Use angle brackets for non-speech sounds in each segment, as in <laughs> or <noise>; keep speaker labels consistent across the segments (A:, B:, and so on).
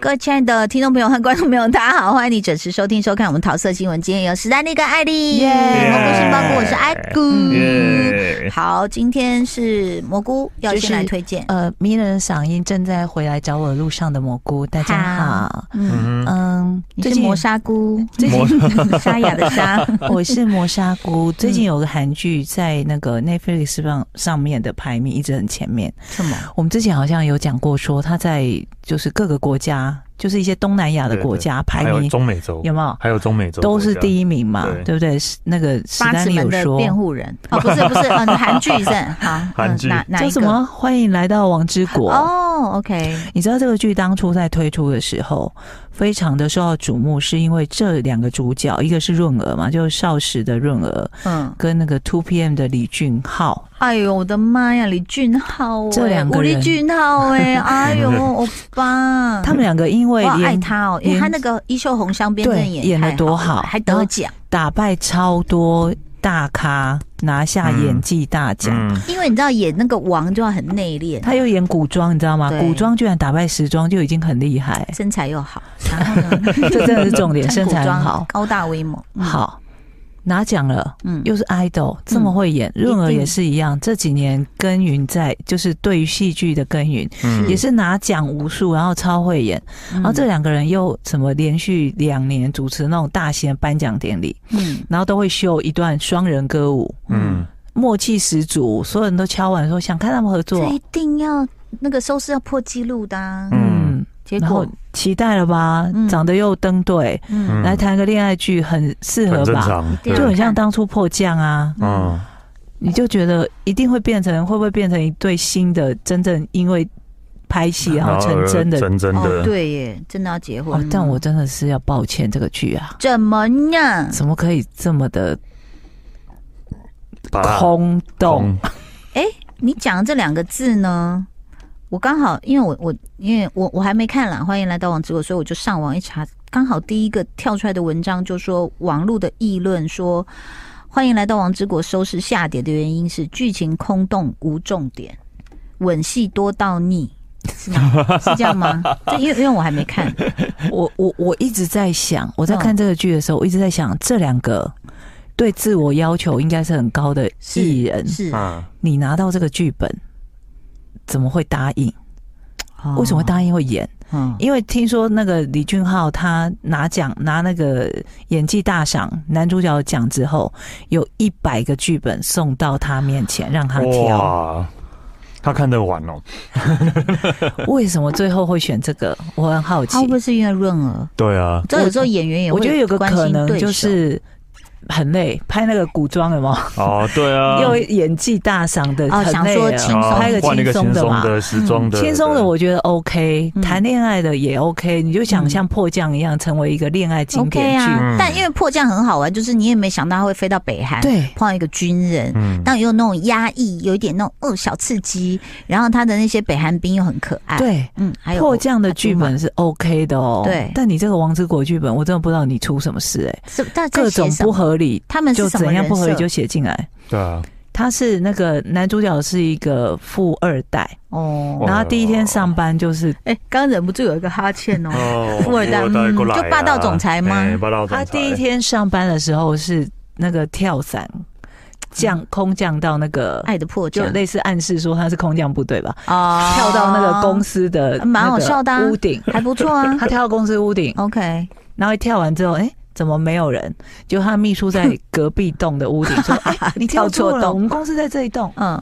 A: 各位亲爱的听众朋友和观众朋友，大家好，欢迎你准时收听收看我们桃色新闻。今天有史丹利跟艾丽，
B: 耶
A: 蘑菇杏鲍菇，我是艾
B: 嗯
C: 嗯
A: 菇。
B: 耶
A: 好，今天是蘑菇要先来推荐。
B: 呃，迷人的嗓音正在回来找我的路上的蘑菇，大家好。
A: 嗯，
C: 嗯，
B: 嗯，
A: 你
B: 最
A: 是
B: 近
A: 磨砂菇，
B: 最近
A: <laughs>
C: 磨
A: 沙哑的沙。
B: 我是磨砂
A: <laughs>
B: 菇。
A: 嗯
B: 最近有个韩剧在那个 Netflix 上上面的排名一直很前面。
A: 什么？
B: 我们之前好像有讲过，说它在就是各个国家，就是一些东南亚的国家排
C: 还有
B: 名
C: 中美洲，
B: 嗯有没有？
C: 还有中美洲
B: 都是第
C: 一，
B: 一名嘛，
C: 对
B: 对不对？是那个史
A: 八
B: 丹
A: 尺
B: 利
A: 门
B: 有
A: 的
B: 说，
A: 辩护人？哦，不是不是，嗯，韩剧是好，嗯
C: 韩剧
A: 哪哪
B: 叫
A: 一
B: 什
A: 个？
B: 么？欢迎来到王之国。
A: 哦，OK，
B: 你知道这个剧当初在推出的时候，非常的受到瞩目，是因为这两个主角，一个是润儿嘛，就是少时的润儿，
A: 嗯，
B: 跟那个 Two PM 的李俊浩，
A: 哎呦，我的妈呀，李俊浩、欸，
B: 这两个
A: 吴
B: 人
A: 立俊浩、欸，哎，哎呦，欧巴，
B: 他们两个因为
A: 我好爱
B: 连
A: 他哦，因为
B: 连
A: 他那个《衣袖红香边》真的
B: 对演
A: 太
B: 得多
A: 好了，
B: 好哦
A: 还得奖。
B: 打败超多大咖，拿下演技大奖。
C: 嗯，
A: 因为你知道演那个王就要很内敛，啊
B: 他又演古装，你知道吗？
A: 对
B: 古装居然打败时装，就已经很
A: <laughs>，
B: 厉害
A: 身材又好，然后呢，
B: 这真的是 <laughs> 重点，身
A: 穿
B: 材
A: 古装
B: 很好，
A: 高大威猛，嗯，
B: 好拿奖了。
A: 嗯，
B: 又是 idol，这么会演，润、儿也是一样。这几年耕耘在，就是对于戏剧的耕耘，
C: 嗯
B: 也是拿奖无数，然后超会演。
A: 然
B: 然啊后这，两个人又什么连续两年主持那种大型的颁奖典礼，
A: 嗯
B: 然后都会秀一段双人歌舞，
C: 嗯，
B: 默契十足，所有人都敲碗说想看他们合
A: 这
B: 作
A: 一。定要那个收视要破纪录的啊，
C: 嗯
B: 嗯，
A: 结
B: 然后
A: 果，
B: 期待了吧？
A: 嗯
B: 长得又登对，
A: 嗯，
C: 嗯
B: 来谈个恋爱剧很适合
C: 很正
B: 吧？
C: 常，
A: 对
B: 就很
C: 对，
B: 像当初破降啊，
C: 嗯，
B: 你就觉得一定会变成，会不会变成一对新的真正因为拍戏
A: 啊
B: 然后成真的？
C: 成真
A: 哦，
C: 的，
A: 对耶，真的要结婚
B: 哦
A: 了，，
B: 但我真的是要抱歉这个剧啊，
A: 怎么样？
B: 怎么可以这么的
C: 把它
B: 空洞？
C: 空，
A: 你讲的这两个字呢，我刚好因为我我因为我我还没看啦，欢迎来到王之国，所以我就上网一查，刚好第一个跳出来的文章就说网络的议论说。欢迎来到王之国，收视下跌的原因是剧情空洞无重点，吻戏多到腻，是
B: <laughs>
A: 吗？是这样吗？这因为因为我还没看，
B: 我我我一直在想，我在
A: 嗯
B: 看这个剧的时候，我一直在想，这两个对自我要求应该是很高的
A: 是
B: 艺人，啊
A: 是、
C: 嗯，
B: 你拿到这个剧本，怎么会答应？
A: 哦
B: 为什么会？答应会演？
A: 嗯
B: 因为听说那个李俊浩他拿奖拿那个演技大赏男主角奖之后，有一百个剧本送到他面前让他挑。
C: 哇，他看得完哦，
B: 为什么最后会选这个？我很好奇
A: 他会。不会是因为润儿？
C: 对啊，
A: 这有时候演员也
B: 我
A: 会
B: 觉得有个
A: 关心
B: 可能
A: 对手
B: 就是很累，拍那个古装有没
C: 哦，对啊，
B: 有？ <laughs> 又演技大赏的
A: 哦
B: 很
A: 想
B: 累
A: 说
B: 了
A: 轻松
C: 啊
B: 拍个
C: 换一
B: 轻
C: 个
B: 松
C: 轻
B: 的
C: 松
B: 嘛。嗯
C: 的时装的，
B: 轻松的我觉得 OK，
A: 嗯
B: 谈恋爱的也 OK，你就想像破降一样成为一个恋爱经
A: OK
B: 典剧。
A: 啊，
C: 嗯
A: 但因为迫降很好玩，就是你也没想到他会飞到北韩，，
B: 对，
A: 碰到一个军人
C: 对，，嗯，
A: 但又那种压抑，有一点那种哦小刺激，然后他的那些北韩兵又很可爱，，
B: 对，
A: 嗯，还有
B: 迫降的剧本是 OK 的哦。
A: 对
B: 但你这个王之国剧本，我真的不知道你出什么事哎、
A: 是但在
B: 各
A: 写
B: 种
A: 什
B: 不
A: 么？
B: 合理，
A: 他们
B: 就是
A: 什么
B: 怎样
A: 人
B: 不合理
A: 设？
B: 就写进来。
C: 对啊，
B: 他是那个男主角是一个富二代，
A: 哦
B: <laughs>
C: 哇，
B: 然后第一天上班就是
A: 哎，刚忍不住有一个哈欠哦，
B: <laughs>
C: 哦
A: 富二代
C: 富二代过
A: 嗯
C: 来啊
A: 就霸道总裁吗
C: 哎霸道总
B: 他
C: 裁，
B: 啊第一天上班的时候是那个跳伞降空降到那个，
A: 哎爱的迫
B: 就
A: 降
B: 类似暗示说他是空降部队吧，
A: 啊
B: 跳到那个公司的
A: 蛮
B: 那
A: 好
B: 个
A: 笑的啊
B: 屋顶，
A: 还不
B: <laughs>
A: 错啊
B: 他跳到公司屋顶， <laughs>
A: ，OK，
B: 然后一跳完之后，哎、怎么没有人？就他秘书 <laughs> 在隔壁栋的屋顶 <laughs> 说：“哎，你跳
A: 跳
B: 错
A: 错
B: 了，
A: 栋
B: 我们公司在这一栋。
A: 嗯，”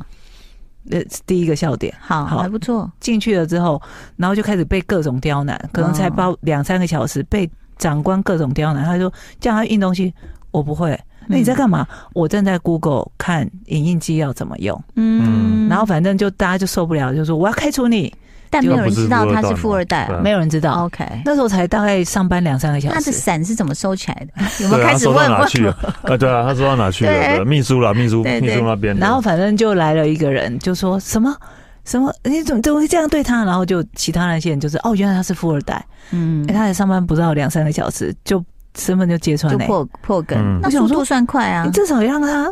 B: 呃，第一个笑点。
A: 好，
B: 好
A: 还不错，
B: 进去了之后，然后就开始被各种刁难，可能才
A: 哦
B: 包两三个小时，被长官各种刁难。他说：“叫他运东西，我不会。”那你在干嘛？我正在 Google 看影印机要怎么用，
A: 嗯，
B: 然后反正就大家就受不了，就说我要开除你，
A: 但没有人
C: 就不是
A: 知道
C: 富
A: 他
C: 二代
A: 是
C: 嘛
A: 富二代
C: 对
A: 啊
C: 啊
B: 没有人知道。
A: ，OK，
B: 那时候才大概上班两三个小
A: 他的
B: 时，
A: 伞是怎么收起来
B: <laughs>
A: 的？有没有
C: 对啊，
A: 开
C: 他
A: 始
C: 收
A: 问
C: 到哪去
A: 问？
C: 了？呃，对啊，他收到哪去了？
A: 对
C: 对秘书啦，秘书，
A: 对
C: 秘
A: 对
C: 书那边的，
B: 然后反正就来了一个人，就说什么什么，你怎么怎么会这样对他？然后就其他那些人就是哦，原来他是富二代，
A: <laughs> 嗯
B: 哎、他才上班不到两三个小时，就身份就揭穿
A: 就
B: 了、
A: 破破梗，
C: 嗯
A: 那
B: 我想
A: 速
B: 说
A: 度算快啊
B: 你。至少让他。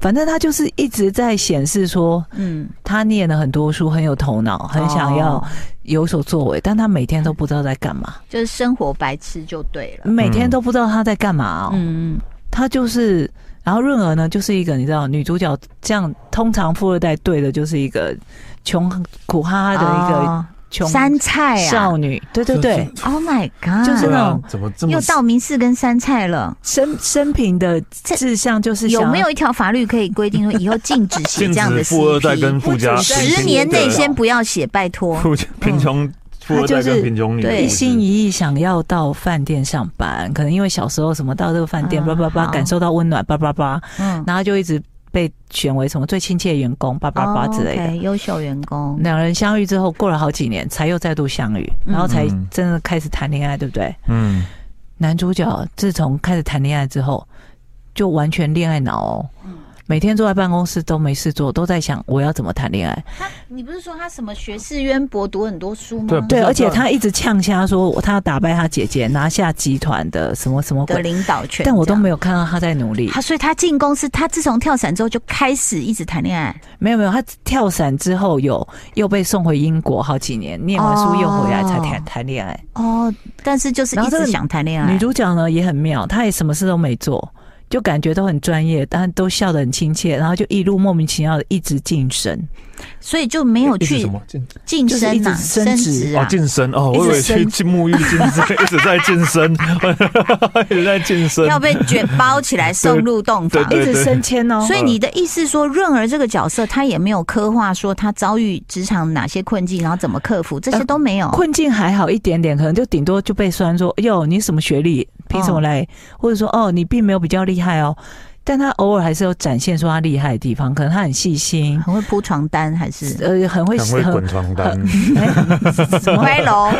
B: 反正他就是一直在显示说
A: 嗯，
B: 他念了很多书，很有头脑，很想要
A: 哦
B: 有所作为，但他每天都不知道在干嘛，
A: 就是生活白痴就对了。
B: 每天都不知道他在干嘛哦。
A: 嗯嗯，
B: 他就是，然后润儿呢，就是一个你知道，女主角这样，通常富二代对的就是一个穷苦哈哈的一个
A: 哦
B: 穷
A: 山菜啊
B: 少女，对对对，
A: ，Oh my God，
B: 就是
C: 对
B: 那
C: 啊
B: 种，
C: 怎么这么
A: 又到明寺跟山菜了。
B: 生生平的
A: 这
B: 志向就是
A: 有
B: 想要
A: 没有一条法律可以规定说以后禁止
B: <laughs>
A: 写
C: 禁
A: 这样的
C: 止富二代
A: CP
C: 跟富家
B: 不止
A: 十
B: 贫
A: 年内
B: 对啊
A: 先不要写，拜托。
C: 富贫
B: 嗯
C: 穷富二代跟贫穷女
A: 对
B: 一心一意想要到饭店上班？可能因为小时候什么到这个饭店
A: 嗯
B: 叭叭叭
A: 好
B: 感受到温暖叭叭叭，
A: 嗯，
B: 然后就一直被选为什么最亲切员工叭叭叭之类的。
A: 哦
B: 嗯
A: OK，优秀员工。
B: 两人相遇之后，过了好几年，才又再度相遇，
A: 嗯
B: 然后才
C: 嗯
B: 真的开始谈恋爱，对不对？
C: 嗯，
B: 男主角自从开始谈恋爱之后，就完全恋爱脑哦，
A: 嗯
B: 每天坐在办公室都没事做，都在想我要怎么谈恋爱。
A: 他，你不是说他什么学识渊博，读很多书吗？
C: 对
B: 对，
C: 是
B: 而且
C: 这样
B: 他一直呛瞎说，他要打败他姐姐，拿下集团的什么什么
A: 的
B: 鬼，
A: 领导权。
B: 但我都没有看到他在努力
A: 这样。。啊他所以他进公司，他自从跳伞之后就开始一直谈恋爱。
B: 没有没有，他跳伞之后有又被送回英国好几年，念完书又回来才谈
A: 哦
B: 谈恋爱。
A: 哦，但是就是
B: 然
A: 一
B: 后这个
A: 直想谈恋爱。
C: 嗯
B: 女主角呢也很妙，她也什么事都没做，就感觉都很专业，但都笑得很亲切，然后就一路莫名其妙的一直晋升，
A: 所以就没有
C: 一直
A: 去
C: 什么
A: 晋
C: 进
A: 升呐、
B: 就是一直升
A: 升
B: 职
A: 职
C: 哦
A: 啊。
C: 晋升哦，
B: 一直
C: 我以为去
B: 升
C: 进沐浴晋升，
B: <laughs>
C: 一直在晋升， <laughs> 一直在晋升，
A: 要被卷包起
B: <laughs>
A: 来送入洞房，
C: 对
B: 一
C: 对
B: 直升迁哦。
A: 所以你的意思说，润儿这个角色，她也没有刻画说她遭遇职场哪些困境，然后怎么克服，这些都没有。
B: 呃困境还好一点点，可能就顶多就被酸说：“哟，你什么学
A: 哦
B: 历？凭什么来？”或者说：“哦，你并没有比较厉害哦。”但他偶尔还是有展现出他厉害的地方，可能他很细心，
A: 很会铺床单还是
B: 呃，很会
C: 很会滚床单，
B: <laughs>
A: <laughs>
B: 什么
A: 歪
B: <laughs>
A: 楼？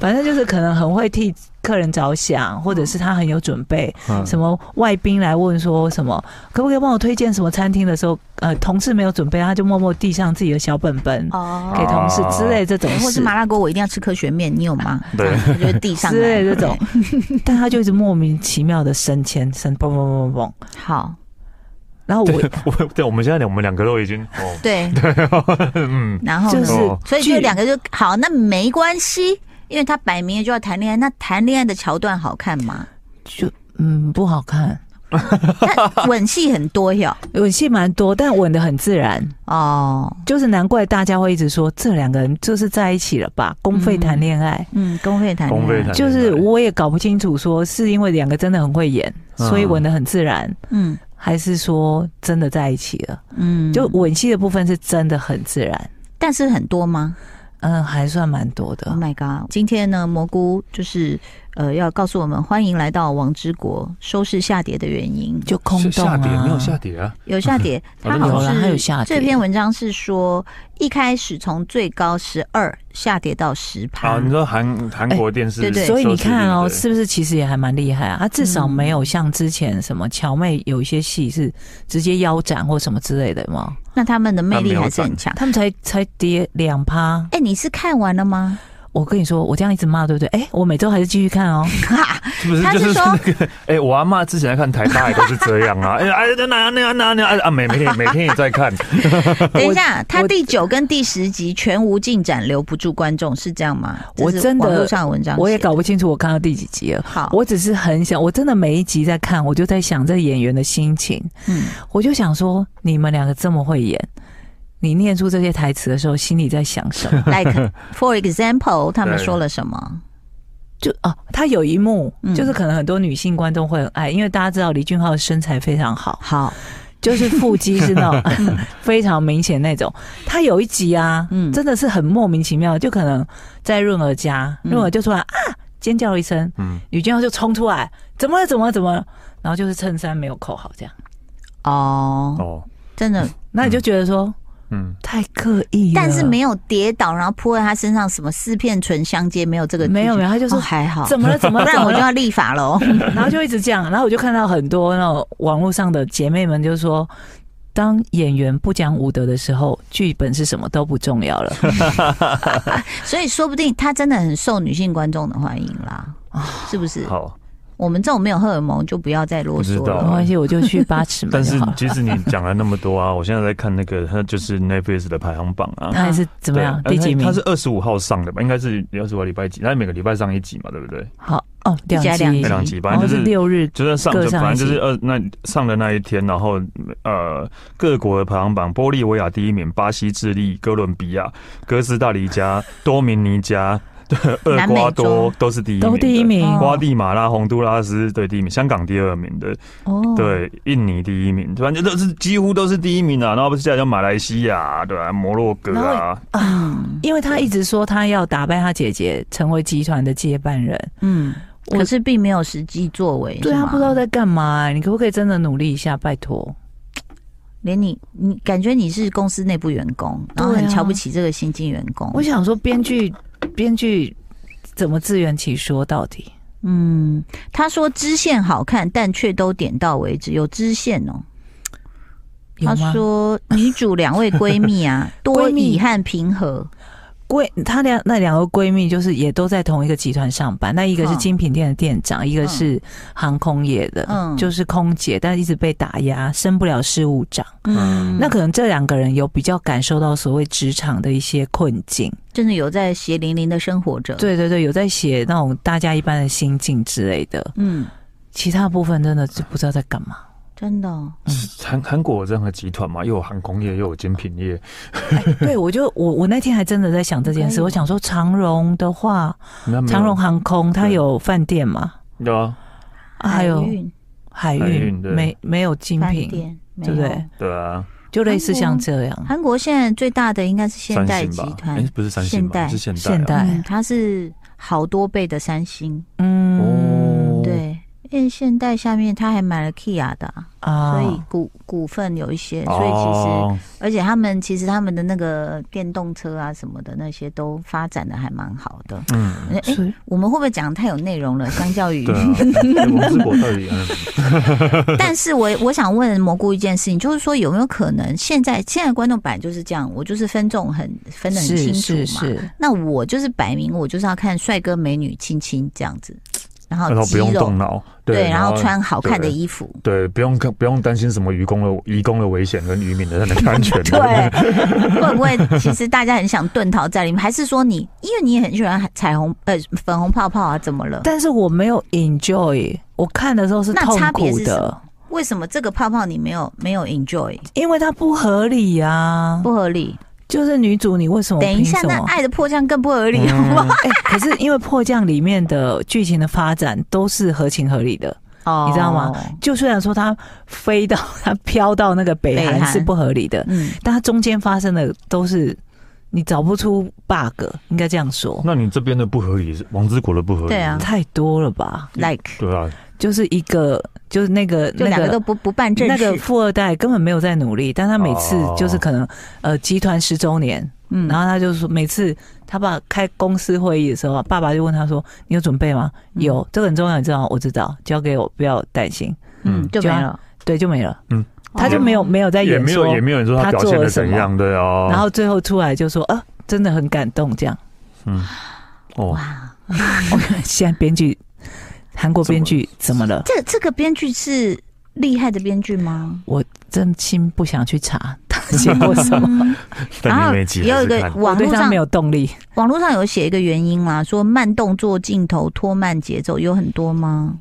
B: 反正就是可能很会替客人着想，或
A: 哦
B: 者是他很有准备。
C: 嗯
B: 什么外宾来问说什么，可不可以帮我推荐什么餐厅的时候，呃，同事没有准备，他就默默递上自己的小本本给
A: 哦，
B: 同事之类这种
A: 或是
B: 事，
A: 麻辣锅，我一定要吃科学面，你有吗？
C: 对
A: 她就是递上
B: <laughs> 之
A: 来
B: 类这种。但他就一直莫名其妙的升迁，升嘣嘣嘣嘣
A: 对
B: 嘣。
A: 好，
B: 然后我
C: 我对，我们现在两我们两个都已经哦，
A: 对，
B: 哎
C: 嗯，
A: 然后
B: <laughs> 就
A: 呢
B: 是？
C: 哦
A: 所以就
B: 剧
A: 两个就好，那没关系，因为她摆明了就要谈恋爱，那谈恋爱的桥段好看吗？
B: 就嗯不好看，
A: 那吻戏很多 <laughs> 哟。
B: 吻戏蛮多，但吻的很自然，
A: 哦，
B: 就是难怪大家会一直说这两个人就是在一起了吧，公费谈恋爱。
A: 嗯，公费谈
C: 公费
A: 恋爱，
C: 谈
B: 就是我也搞不清楚，说是因为两个真的很会演，
C: 嗯
B: 所以吻的很自然，
A: 嗯
B: 还是说真的在一起了？
A: 嗯，
B: 就吻戏的部分是真的很自然，
A: 但是很多吗？
B: 嗯，还算蛮多
A: Oh
B: 的。
A: my god！今天呢，蘑菇就是呃要告诉我们，欢迎来到王之国，收视下跌的原因
B: 就空
C: 下
B: 洞
C: 下跌
B: 啊，
C: 没有下跌啊，
A: 有下跌，
C: 哦
A: 它
C: 真的
A: 好
B: 嗯有
A: 像
B: 啦
A: 是
B: 它有下跌
A: 这篇文章是说一开始从最高十二下跌到十
C: 啊，
A: 趴
C: 你，说韩韩国电视
A: 对，对
B: 哎所以你看哦，
C: 收视率
B: 是不是其实也还蛮厉害啊？他至少
A: 嗯
B: 没有像之前什么乔妹有一些戏是直接腰斩或什么之类的嘛，
A: 那他们的魅力还是很强。
B: 他们才才跌两趴。
A: 哎，你是看完了吗？
B: 我跟你说，我这样一直骂，对不对？哎、我每周还是继续看 <laughs> 哦。
C: 是不是
A: 他
C: 就是是
A: 说
C: 那个？哎、我阿妈之前在看台大也都是这样啊！哎哎，那那那那那啊，每每
B: <laughs>
C: 天每天也在看，
A: 等一下，他第九跟第十集全无进展，留不住观众，是这样吗？
B: <laughs> 我
A: 这是
B: 真的
A: 网络上的文章，
B: 我也搞。不清楚我看到第几集了。
A: 好，
B: 我只是很想，我真的每一集在看，我就在想这演员的心情。 <laughs>
A: 嗯，
B: 我就想说，你们两个这么会演，你念出这些台词的时候，心里在想什么？
A: like for example，他们
C: 对
A: 说了什么？
B: 就哦，他有一幕
A: 嗯，
B: 就是可能很多女性观众会很爱，因为大家知道李俊浩的身材非常好，
A: 好，
B: 就是腹肌
A: <laughs>
B: 是那种非常明显那种。他有一集啊，
A: 嗯
B: 真的是很莫名其妙，就可能在润儿家，
A: 嗯
B: 润儿就突然啊尖叫一声，
C: 嗯，
B: 李俊浩就冲出来，怎么了？怎么了？怎么了？然后就是衬衫没有扣好这样。
A: 哦，
C: 哦，
A: 真的
B: 那你就觉得说、
C: 嗯，
B: 太刻意了，
A: 但是没有跌倒，然后扑在他身上，什么四片唇相接，没有这个
B: 没有没有，他就
A: 就
B: 说、
A: 哦、还好，
B: 怎么了怎
A: 不
B: 么了，
A: 然我就
B: 怎么了
A: 要立法 <laughs> 喽。
B: 然后就一直这样，然后我就看到很多那种网络上的姐妹们就说。当演员不讲武德的时候，剧本是什么都不重要
C: <laughs>
B: 了。
A: 所以说不定他真的很受女性观众的欢迎啦，是不是？
C: 好，
A: 我们这种没有荷尔蒙就不要再啰嗦
C: 不知道
A: 了。
B: 没关系，我就去八尺门
C: 但
B: 就是好了。
C: 其实你讲了那么多啊，我现在在看那个，它就是 Netflix 的排行榜啊。
B: 那还是怎么样？
C: 对
B: 第几
C: 它
B: 名
C: 它？是二十五号上的吧？应该是二十五礼拜几？它每个礼拜上一集嘛，对不对？
B: 好哦，
A: 一
B: 两
A: 家
B: 集
A: 两，
C: 那
A: 集
C: 两集，反
B: 然
C: 正
B: 后
C: 就是是
B: 六日，
C: 就是上
B: 各
C: 就
B: 上
C: 反
B: 一集
C: 正就是二那上的那一天，然后呃，各国的排行榜，玻利维亚第一名，巴西、智利、哥伦比亚、哥斯达黎加、多明尼加、 <laughs> 厄
A: 南美
C: 瓜多
A: 洲
C: 都是第一名，
B: 都第一。名。
A: 哦
C: 瓜地马拉、洪都拉斯对第一名，香港第二名的，
A: 哦，，
C: 对，印尼第一名，反正都是几乎都是第一名啊。然后不是再叫马来西亚，对啊，摩洛哥啊，
A: 嗯
B: 因为他一直说他要打败他姐姐，成为集团的接班人。
A: 嗯，
B: 我
A: 可是并没有实际作为，
B: 对
A: 是
B: 他
A: 吗
B: 不知道在干嘛、欸你可不可以真的努力一下？拜托，
A: 连你，你感觉你是公司内部员工，然后
B: 对啊
A: 很瞧不起这个新进员工。
B: 我想说，编剧，编剧怎么自圆其说？到底
A: 嗯，他说支线好看，但却都点到为止，有支线哦。
B: 有
A: 他
B: 吗？
A: 说女主两位闺蜜
B: <laughs>
A: 啊，多
B: 闺蜜
A: 疑和平和，
B: 闺，她俩那两个闺蜜就是也都在同一个集团上班，那一个是
A: 嗯
B: 精品店的店长，一个
A: 嗯
B: 是航空业的，
A: 嗯
B: 就是空姐，但一直被打压，升不了事务长。
C: 嗯
B: 那可能这两个人有比较感受到所谓职场的一些困境。
A: 真的有在血淋淋的生活着。，
B: 对对对，有在写那种大家一般的心境之类的，
A: 嗯，
B: 其他部分真的就不知道在干
A: <laughs>
B: 嘛。
A: 真的哦、
C: 韩韩国有这样的集团嘛，又有航空业，又有精品业，
B: 对，我就我我那天还真的在想这件
A: 可以嗯
B: 事，我想说长荣的话，
C: 那没有
B: 长荣航空它
C: 对
B: 有饭店嘛，
C: 对啊，
B: 啊还有
A: 海运
B: 海
C: 海
B: 运
C: 运对
B: 没没有精
A: 饭
B: 品，
A: 店，
B: 对不
A: 没有
B: 对？
C: 对啊，
B: 就类似像这样。
A: 韩国现在最大的应该是现
C: 三
A: 代
C: 星
A: 集
C: 吧？
A: 团
C: 哎，，不是三星
A: 现
C: 吧？
A: 代
C: 是现代啊，
B: 现代
A: 嗯，它是好多倍的三星。
B: 嗯
C: 哦，
A: 对，因为现代下面他还买了 Kia 的啊、
B: 啊
A: 所以股股份有一些，所以其实、
C: 哦
A: 而且他们其实他们的那个电动车啊什么的那些都发展的还蛮好的。
C: 嗯，
A: 哎、
B: 所以
A: 我们会不会讲得太有内容了？相较于 <laughs>
C: 对啊，哎王之国到底嗯
A: 但是我我想问蘑菇一件事情，就是说有没有可能现在现在观众版就是这样，我就是分众很分得很清
B: 哎是
A: 楚嘛。
B: 是是，
A: 那我就是摆明我就是要看帅哥美女亲亲这样子，然后
C: 然后
A: 肌
C: 哎不用
A: 肉
C: 动脑，
A: 哦对，然后穿好看的
C: 对
A: 衣服，。
C: 对，不用看不用担心什么渔工的渔工的危险跟渔民的嗯那个安
A: <laughs>
C: 全
A: 对， <laughs> 会不会其实大家很想遁逃在里面？还是说你因为你也很喜欢彩虹呃粉红泡泡啊？怎么了？
B: 但是我没有 enjoy，我看的时候是
A: 那
B: 痛
A: 差别
B: 苦
A: 是什
B: 的
A: 么，为什么这个泡泡你没有没有 enjoy
B: 因为它不合理啊。
A: 不合理？
B: 就是女主，你为什么？
A: 等一
B: 凭
A: 下，
B: 什
A: 那啊
B: 么
A: 爱的迫降更不合理，好不好
C: 嗯，
B: 哎、可是因为《迫降》里面的剧情的发展都是合情合理的，
A: 哦
B: <laughs> 你知道吗？就虽然说它飞到它飘到那个北
A: 北
B: 韩
A: 韩
B: 是不合理的，
A: 嗯，
B: 但它中间发生的都是你找不出 bug，应该这样说，
C: 那你这边的不合理，是王之国的不合理。
A: 对啊
B: 太多了吧？
A: ，like
C: 对啊，
B: 就是一个就是那个
A: 就
B: 那
A: 两个都
B: 个。
A: 不不办正
B: 那
A: 事
B: 个，富二代根本没有在努力，但他每次
C: 哦
B: 就是可能，呃，集团十周年，
A: 嗯
B: 然后他就说，每次他爸开公司会议的时候啊，爸爸就问他说：“你有准备吗？”
A: 嗯
B: 有，这个很重要，你知道吗？我知道，交给我，不要担心。
A: 嗯
C: 嗯
A: 就没了，
B: 对，就没了。
A: 哦
B: 他就没有没有在
C: 也
B: 演
C: 没
B: 说
C: 有，也没有人说
B: 他
C: 他表
B: 做
C: 现
B: 了
C: 的
B: 什
C: 怎
B: 么
C: 样，对哦。
B: 然后最后出来就说：“啊，真的很感动。”这样，
C: 嗯，哦，
A: 哇，
B: 现在编剧，韩国编剧怎么了？
A: 这这个编剧是厉害的编剧
C: <laughs>
A: 吗？
B: 真心不想去查他写过什么，
A: 嗯，然
C: <laughs> 但
A: 后
C: 你每集
A: 也有一个
C: 还是看
B: 我
A: 网
B: 对
A: 络
B: 他
A: 上
B: 没有动力。
A: 网络上有写一个原因啦，说慢动作镜头拖慢节奏有很多吗、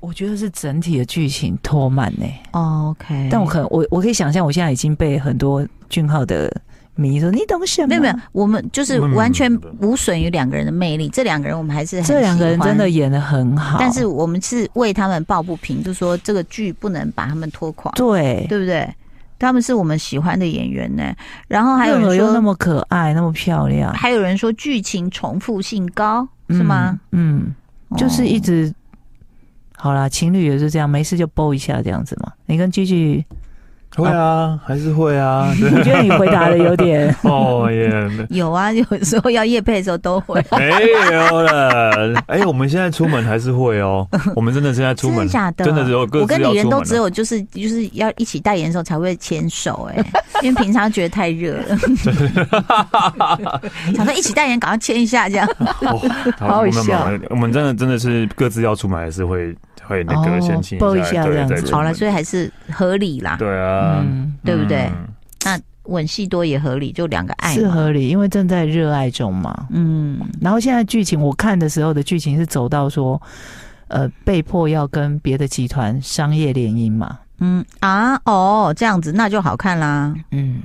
B: 我觉得是整体的剧情拖慢呢、
A: o k
B: 但我可能我我可以想象，我现在已经被很多俊浩的迷说：“你懂什么？”
A: 没有没有，我们就是
C: 嗯
A: 完全无损于两个人的魅力。这两个人我们还是很
B: 这两个人
A: 喜欢
B: 真的，演的很好，
A: 但是我们是为他们抱不平，就说这个剧不能把他们拖垮，
B: 对，
A: 对不对？他们是我们喜欢的演员呢。然后还有人
B: 乐儿又那
A: 说，
B: 么可爱，那么漂亮，
A: 还有人说剧情重复性高，是吗？
B: 嗯？嗯，就是一
A: 哦
B: 直好啦，情侣也是这样，没事就抱一下这样子嘛。你跟 Gigi
C: 会啊，还是会啊。对
B: 我觉得你回答的有点
C: <laughs> 哦耶，
A: 有啊，有时候要夜配的时候都会。 <laughs>
C: 没有了。哎、我们现在出门还是会
A: <laughs>
C: 哦，我们真的现在出
A: 真
C: 门
A: 的假的？
C: 真的只有各
A: 我
C: 自
A: 跟
C: 要
A: 李
C: 出
A: 人
C: 门啊
A: 都
C: 了
A: 只有就是就是要一起代言的时候才会牵手哎、 <laughs> 因为平常觉得太热了， <laughs> 想说一起代言，赶快牵一下这样。
C: 哦，
B: 好好
C: 我们
B: 笑
C: 忙我们真的真的是各自要出门，还是会会那
B: 哦
C: 个先亲
B: 抱一
C: 下，
B: 下这
C: 对
B: 样
C: 对，
B: 子
C: 出
A: 好了，
C: 门
A: 所以还是合理啦，
C: 对啊，
B: 嗯，
A: 对不对？
C: 嗯
A: 那吻戏多也合理，就两个爱
B: 是
A: 嘛。
B: 合理，因为正在热爱中嘛。
A: 嗯，
B: 然后现在剧情，我看的时候的剧情是走到说，呃，被迫要跟别的集团商业联姻嘛。
A: 嗯啊哦，这样子那就好看啦。
B: 嗯，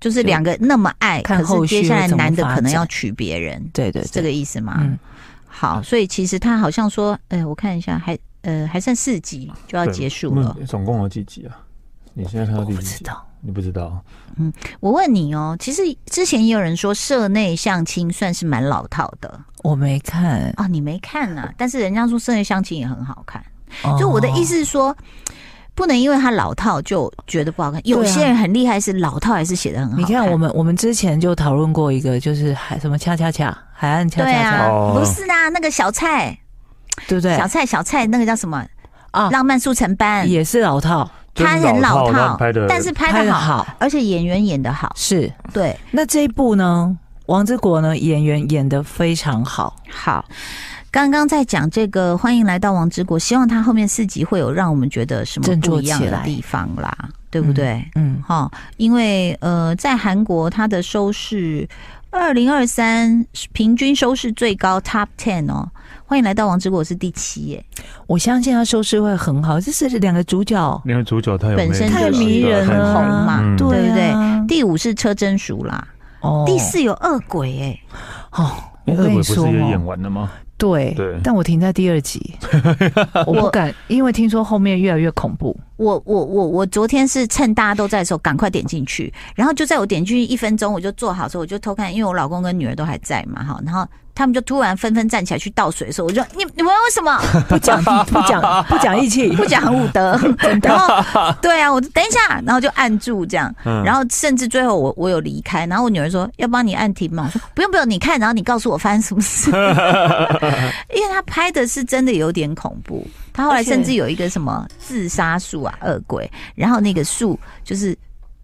A: 就是两个那么爱，
B: 看
A: 可是
B: 后续
A: 接下来
B: 会怎么
A: 男的
B: 发
A: 可能
B: 展
A: 要娶别人，
B: 对对
A: 是这
B: 对，
A: 个意思吗？
B: 嗯，
A: 好，所以其实他好像说，呃，我看一下，还呃还剩四集就要
C: 对嗯
A: 结束了。
C: 那总共有几集啊？你现在看
B: 我
C: 到第
B: 不
C: 几
B: 知
C: 集？
B: 道。
C: 你不知道？
A: 我问你哦，其实之前也有人说社内相亲算是蛮老套的
B: 我没看，
A: 啊、你没看
B: <laughs>
A: 呐、但是人家说社内相亲也很好看，
B: 哦
A: 就我的意思是说。不能因为他老套就觉得不好看，有些人很厉害，是老套还是写的很好
B: 啊哦。你看，我们我们之前就讨论过一个，就是海什么恰恰恰海岸恰
A: 对
B: 恰恰，
A: 啊，
C: 哦
A: 不是啊，那个小蔡，
B: 对不对
A: 小？蔡，小蔡，那个叫什么？
B: 啊，
A: 浪漫速成班，
B: 也是老套，
A: 他
C: 就是
A: 很
C: 老
A: 老
C: 套，拍的，
A: 但是拍
B: 拍
A: 的
B: 的
A: 好，
B: 好
A: 而且演员演的好，
B: 是。
A: 对，
B: 那这一部呢，王之国呢，演员演的非常好，
A: 好，刚刚在讲这个，欢迎来到王之国，希望他后面四集会有让我们觉得什么
B: 振
A: 不
B: 作
A: 一样
B: 起
A: 的
B: 来
A: 地方啦，对不对？
B: 嗯，
A: 哈、因为呃，在韩国它的收视，二零二三平均收视最高 Top Ten 哦。欢迎来到王之国是第七耶，
B: 我相信他收视会很好，这是两个主角
C: 因为主角他有
A: 本身太
C: 魅力啊
A: 迷
C: 对啊
A: 人
C: 太
A: 了
C: 迷人
A: 嘛
C: 嗯
A: 对不对
B: 啊
A: 第五是车真淑啦，
B: 哦
A: 第四有恶鬼耶，
B: 哦，我跟
C: 哎恶鬼
B: 你
C: 不是
B: 说
C: 也演
B: 哦，
C: 完了吗？
B: 对
C: 对
B: 但我停在第二
C: <laughs>
B: 集，我不敢，因为听说后面越来越恐
C: <laughs>
B: 怖，
A: 我我我我昨天是趁大家都在的时候赶快点进去，然后就在我点进去一分钟，我就做好的时候我就偷看，因为我老公跟女儿都还在嘛，哈，然后他们就突然纷纷站起来去倒水的时候，我就你你们为什么
B: 不讲不讲不讲义气，
A: 不讲武德？然后对啊，我就等一下，然后就按住这样，
C: 嗯
A: 然后甚至最后我我有离开，然后我女儿说要帮你按停吗？我说不用不用，你看，然后你告诉我发生什么事，因为他拍的是真的有点恐怖，他后来
B: 而且
A: 甚至有一个什么自杀术啊，恶鬼，然后那个树就是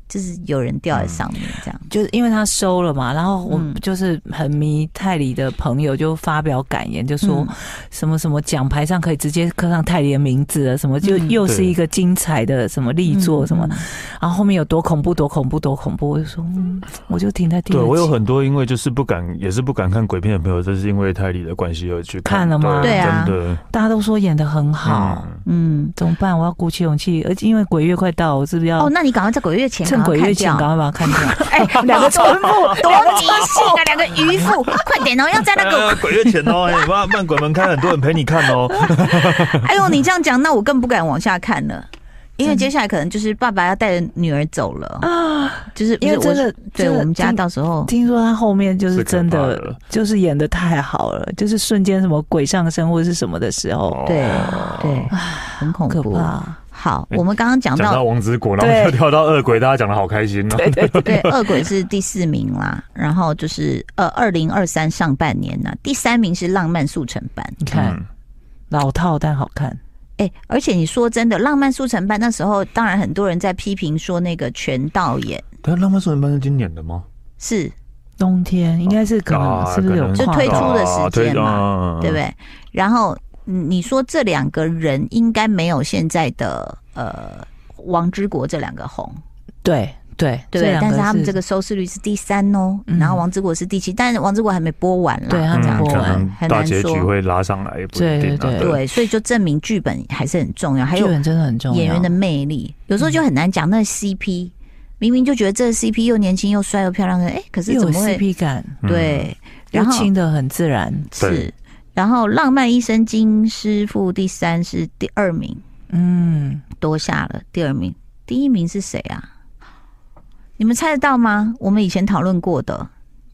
A: 就是有人掉在上面这样，
B: 就是因为他收了嘛，然后我
A: 嗯
B: 就是很迷泰里的朋友就发表感言，就说
A: 嗯
B: 什么什么奖牌上可以直接刻上泰里的名字啊了，什么就
A: 嗯
B: 又是一个精彩的什么力作什么，
A: 嗯
B: 然后后面有多恐怖多恐怖多恐怖，我就说嗯，我就停在第二
C: 对我有
B: 集，
C: 很多因为就是不敢，也是不敢看鬼片的朋友，这是因为泰利的关系而去
B: 看了吗
A: 对啊
C: 真的
B: 大家都说演的很好，
C: 嗯
A: 嗯，
B: 怎么办？我要鼓起勇气，而且因为鬼月快到，我是不是要
A: 哦，那你赶快在鬼月前
B: 嗯趁鬼月前赶
A: 赶
B: 快把它看掉？
A: 快看掉，哎， <laughs> 两
B: <laughs>
A: 个村妇多迷信啊，两个渔夫，快点哦，要在那个
C: 呃鬼月前哦，哎，慢慢鬼门开，很多人陪你看
B: <laughs>
C: 哦。
A: <laughs> 哎呦，你这样讲，那我更不敢往下看了，因为接下来可能就是爸爸要带着女儿走了啊，就是
B: 因为
A: 不是
B: 真
A: 我
B: 的
A: 对
B: 真的
A: 我们家
B: 真
A: 到时候
B: 听说他后面就是
C: 是可
B: 真
C: 怕
B: 的，
C: 的
B: 就是演的太好了，就是瞬间什么鬼上身或者是什么的时候，
C: 哦
A: 对对很恐
B: 啊可
A: 怖。
B: 怕。
A: 好，
C: 哎
A: 我们刚刚讲
C: 讲到
A: 到
C: 王之国，然后就
B: 对
C: 跳到恶鬼，大家讲的好开心哦。
A: <laughs> 对恶鬼是第四名啦，然后就是呃二零二三上半年呐、第三名是浪漫速成班。
B: 你看、
C: 嗯
B: 老套但好看，
A: 哎、而且你说真的，浪漫速成班那时候，当然很多人在批评说那个全导演
C: 但浪漫素人班是今年的吗？
A: 是
B: 冬天应该是可
C: 哦啊
B: 能是不是有
A: 就
B: 跨
A: 推出
B: 到
A: 的时间嘛
B: 嗯
C: 嘛
A: 对不？对？然后嗯你说这两个人应该没有现在的呃王之国这两个红，
B: 对对
A: 对不对？但
B: 是
A: 是他们这个收视率是第三哦，
B: 嗯
A: 然后王之国是第七，但是王之国还没播完啦，
B: 对啊他
C: 嗯
B: 这样
C: 嗯
B: 播
C: 可
B: 完
C: 能
A: 很
C: 大
A: 难
C: 结局
A: 说。
C: 会拉上来，也不一定啊。
B: 对对
C: 对，
A: 对，所以就证明剧本还是很重要，还
B: 剧
A: 有
B: 本真的很重要，嗯
A: 演员的魅力，有时候就很难讲那 CP。明明就觉得这个 CP 又年轻又帅又漂亮，哎，可是
B: 又
A: 怎
B: 有
A: 么会
B: CP 感，
C: 嗯，
A: 对？然
B: 又
A: 后
B: 亲的很自然，
A: 是
C: 对，
A: 然后《浪漫医生金师傅》第三是第二名，
B: 嗯，
A: 夺下了第二名。第一名是谁啊？你们猜得到吗？我们以前讨论过的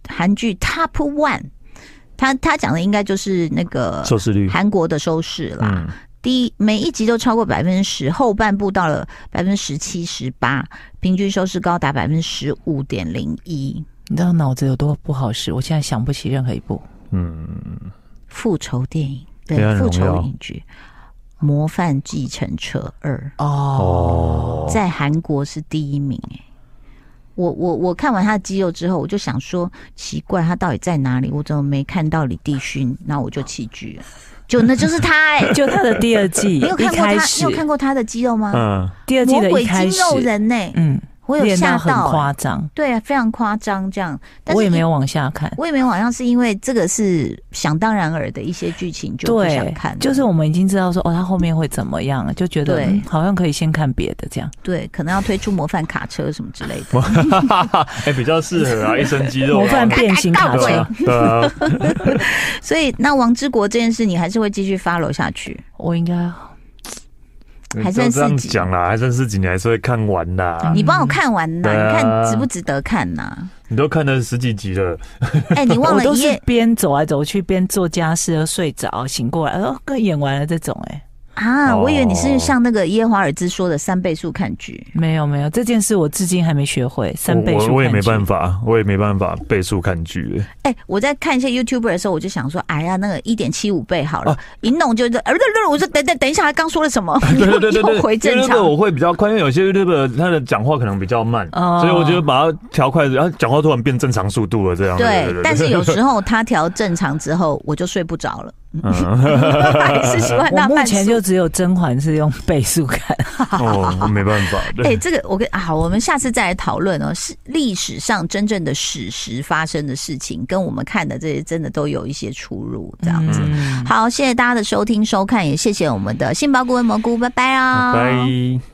A: 韩剧 Top One，他他讲的应该就是那个
C: 收视率，
A: 韩国的收视啦。
C: 嗯，
A: 第一每一集都超过百分之十，后半部到了百分之十七、十八，平均收视高达百分之十五点零一。
B: 你知道脑子有多不好使？我现在想不起任何一部。，
C: 嗯，
A: 复仇电影，
C: 黑
A: 对
C: 暗
A: 复
C: 荣耀
A: 仇影剧，《模范继承者二》
C: 哦，
A: 在韩国是第一名、哎，我我我看完他的肌肉之后，我就想说，奇怪，他到底在哪里？我怎么没看到李帝勋？那我就弃剧了，就那就是他、哎
B: <laughs> 就他的第二季，
A: 你有
B: 一
A: 看过他？
B: 开
A: 你
B: 始
A: 有看过他的肌肉吗？
C: 嗯，
B: 第二季
A: 魔
B: 的
A: 鬼
B: 一开
A: 肌
B: 始，
A: 肉人呢、
B: 嗯，
A: 我有
B: 练
A: 吓
B: 到很
A: 到、哎
B: 夸张，
A: 对啊，非常夸张这样。但是
B: 我也没
A: 因，
B: 有往下看。
A: 我也没有往上，是因为这个是想当然尔的一些剧情就不想
B: 对
A: 看了，，
B: 就是我们已经知道说哦，他后面会怎么样，就觉得
A: 对
B: 嗯好像可以先看别的这样。
A: 对，可能要推出模范卡车什么之类的。
B: <laughs>
C: 哎，比较适合啊，一身肌肉
B: 模
C: 啊
B: 范，变形卡
A: 对
B: 车
A: 啊，
C: 对啊，
A: 所以，那王之国这件事，你还是会继续 follow 下去。
B: 我应该
A: 还剩
C: 都这样
A: 四集哦
C: 讲啦，还剩四集，你还是会看完啦，
A: 你帮我看完呐、
C: 嗯对啊
A: 你看值不值得看呐、
C: <laughs> 你都看了十几集了，
A: 哎、你忘
B: 我
A: 了
B: 都
A: 一
B: 是
A: 夜
B: 边走来走去边做家事，而睡着醒过来，哦，跟演完了这种哎、
A: 啊？
C: 哦
A: 我以为你是像那个耶华尔兹说的三倍速看剧。
B: 没有没有，这件事我至今还没学会三倍
C: 我
B: 数
C: 我我也没办
B: 法，
C: 法，我也没办法倍速看
A: <laughs>
C: 剧，
A: 哎、我在看一些 YouTuber 的时候，我就想说，哎呀，那个一点七五倍好
C: 哦
A: 了，一弄就是，呃，我说等等等一下，他刚说了什么？
C: <laughs> 对对对
A: <laughs>
C: 对对，
A: 又回正常
C: YouTube 我会比较快，因为有些 YouTube 他的讲话可能比较慢，
B: 哦
C: 所以我觉得把它调快，然后讲话突然变正常速度了，这样。
A: 对，但是有时
C: 候，
A: 候他调正常之后，我就睡不着
C: <laughs>
A: 了， <laughs>
C: 嗯，
A: 还是喜欢
B: 我
A: 他
B: 目
A: 慢
B: 前
A: 速
B: 就只有甄嬛是用倍数看，
C: 哦，我没办法，
A: 哎、
C: 对，
A: 这个我跟啊，好，我们下次再来讨论哦。是历史上真正的史实发生的事情，跟我们看的这些真的都有一些出入，这样子。
B: 嗯
A: 好，谢谢大家的收听收看，也谢谢我们的杏鲍菇跟蘑菇，拜拜啊！
C: 拜。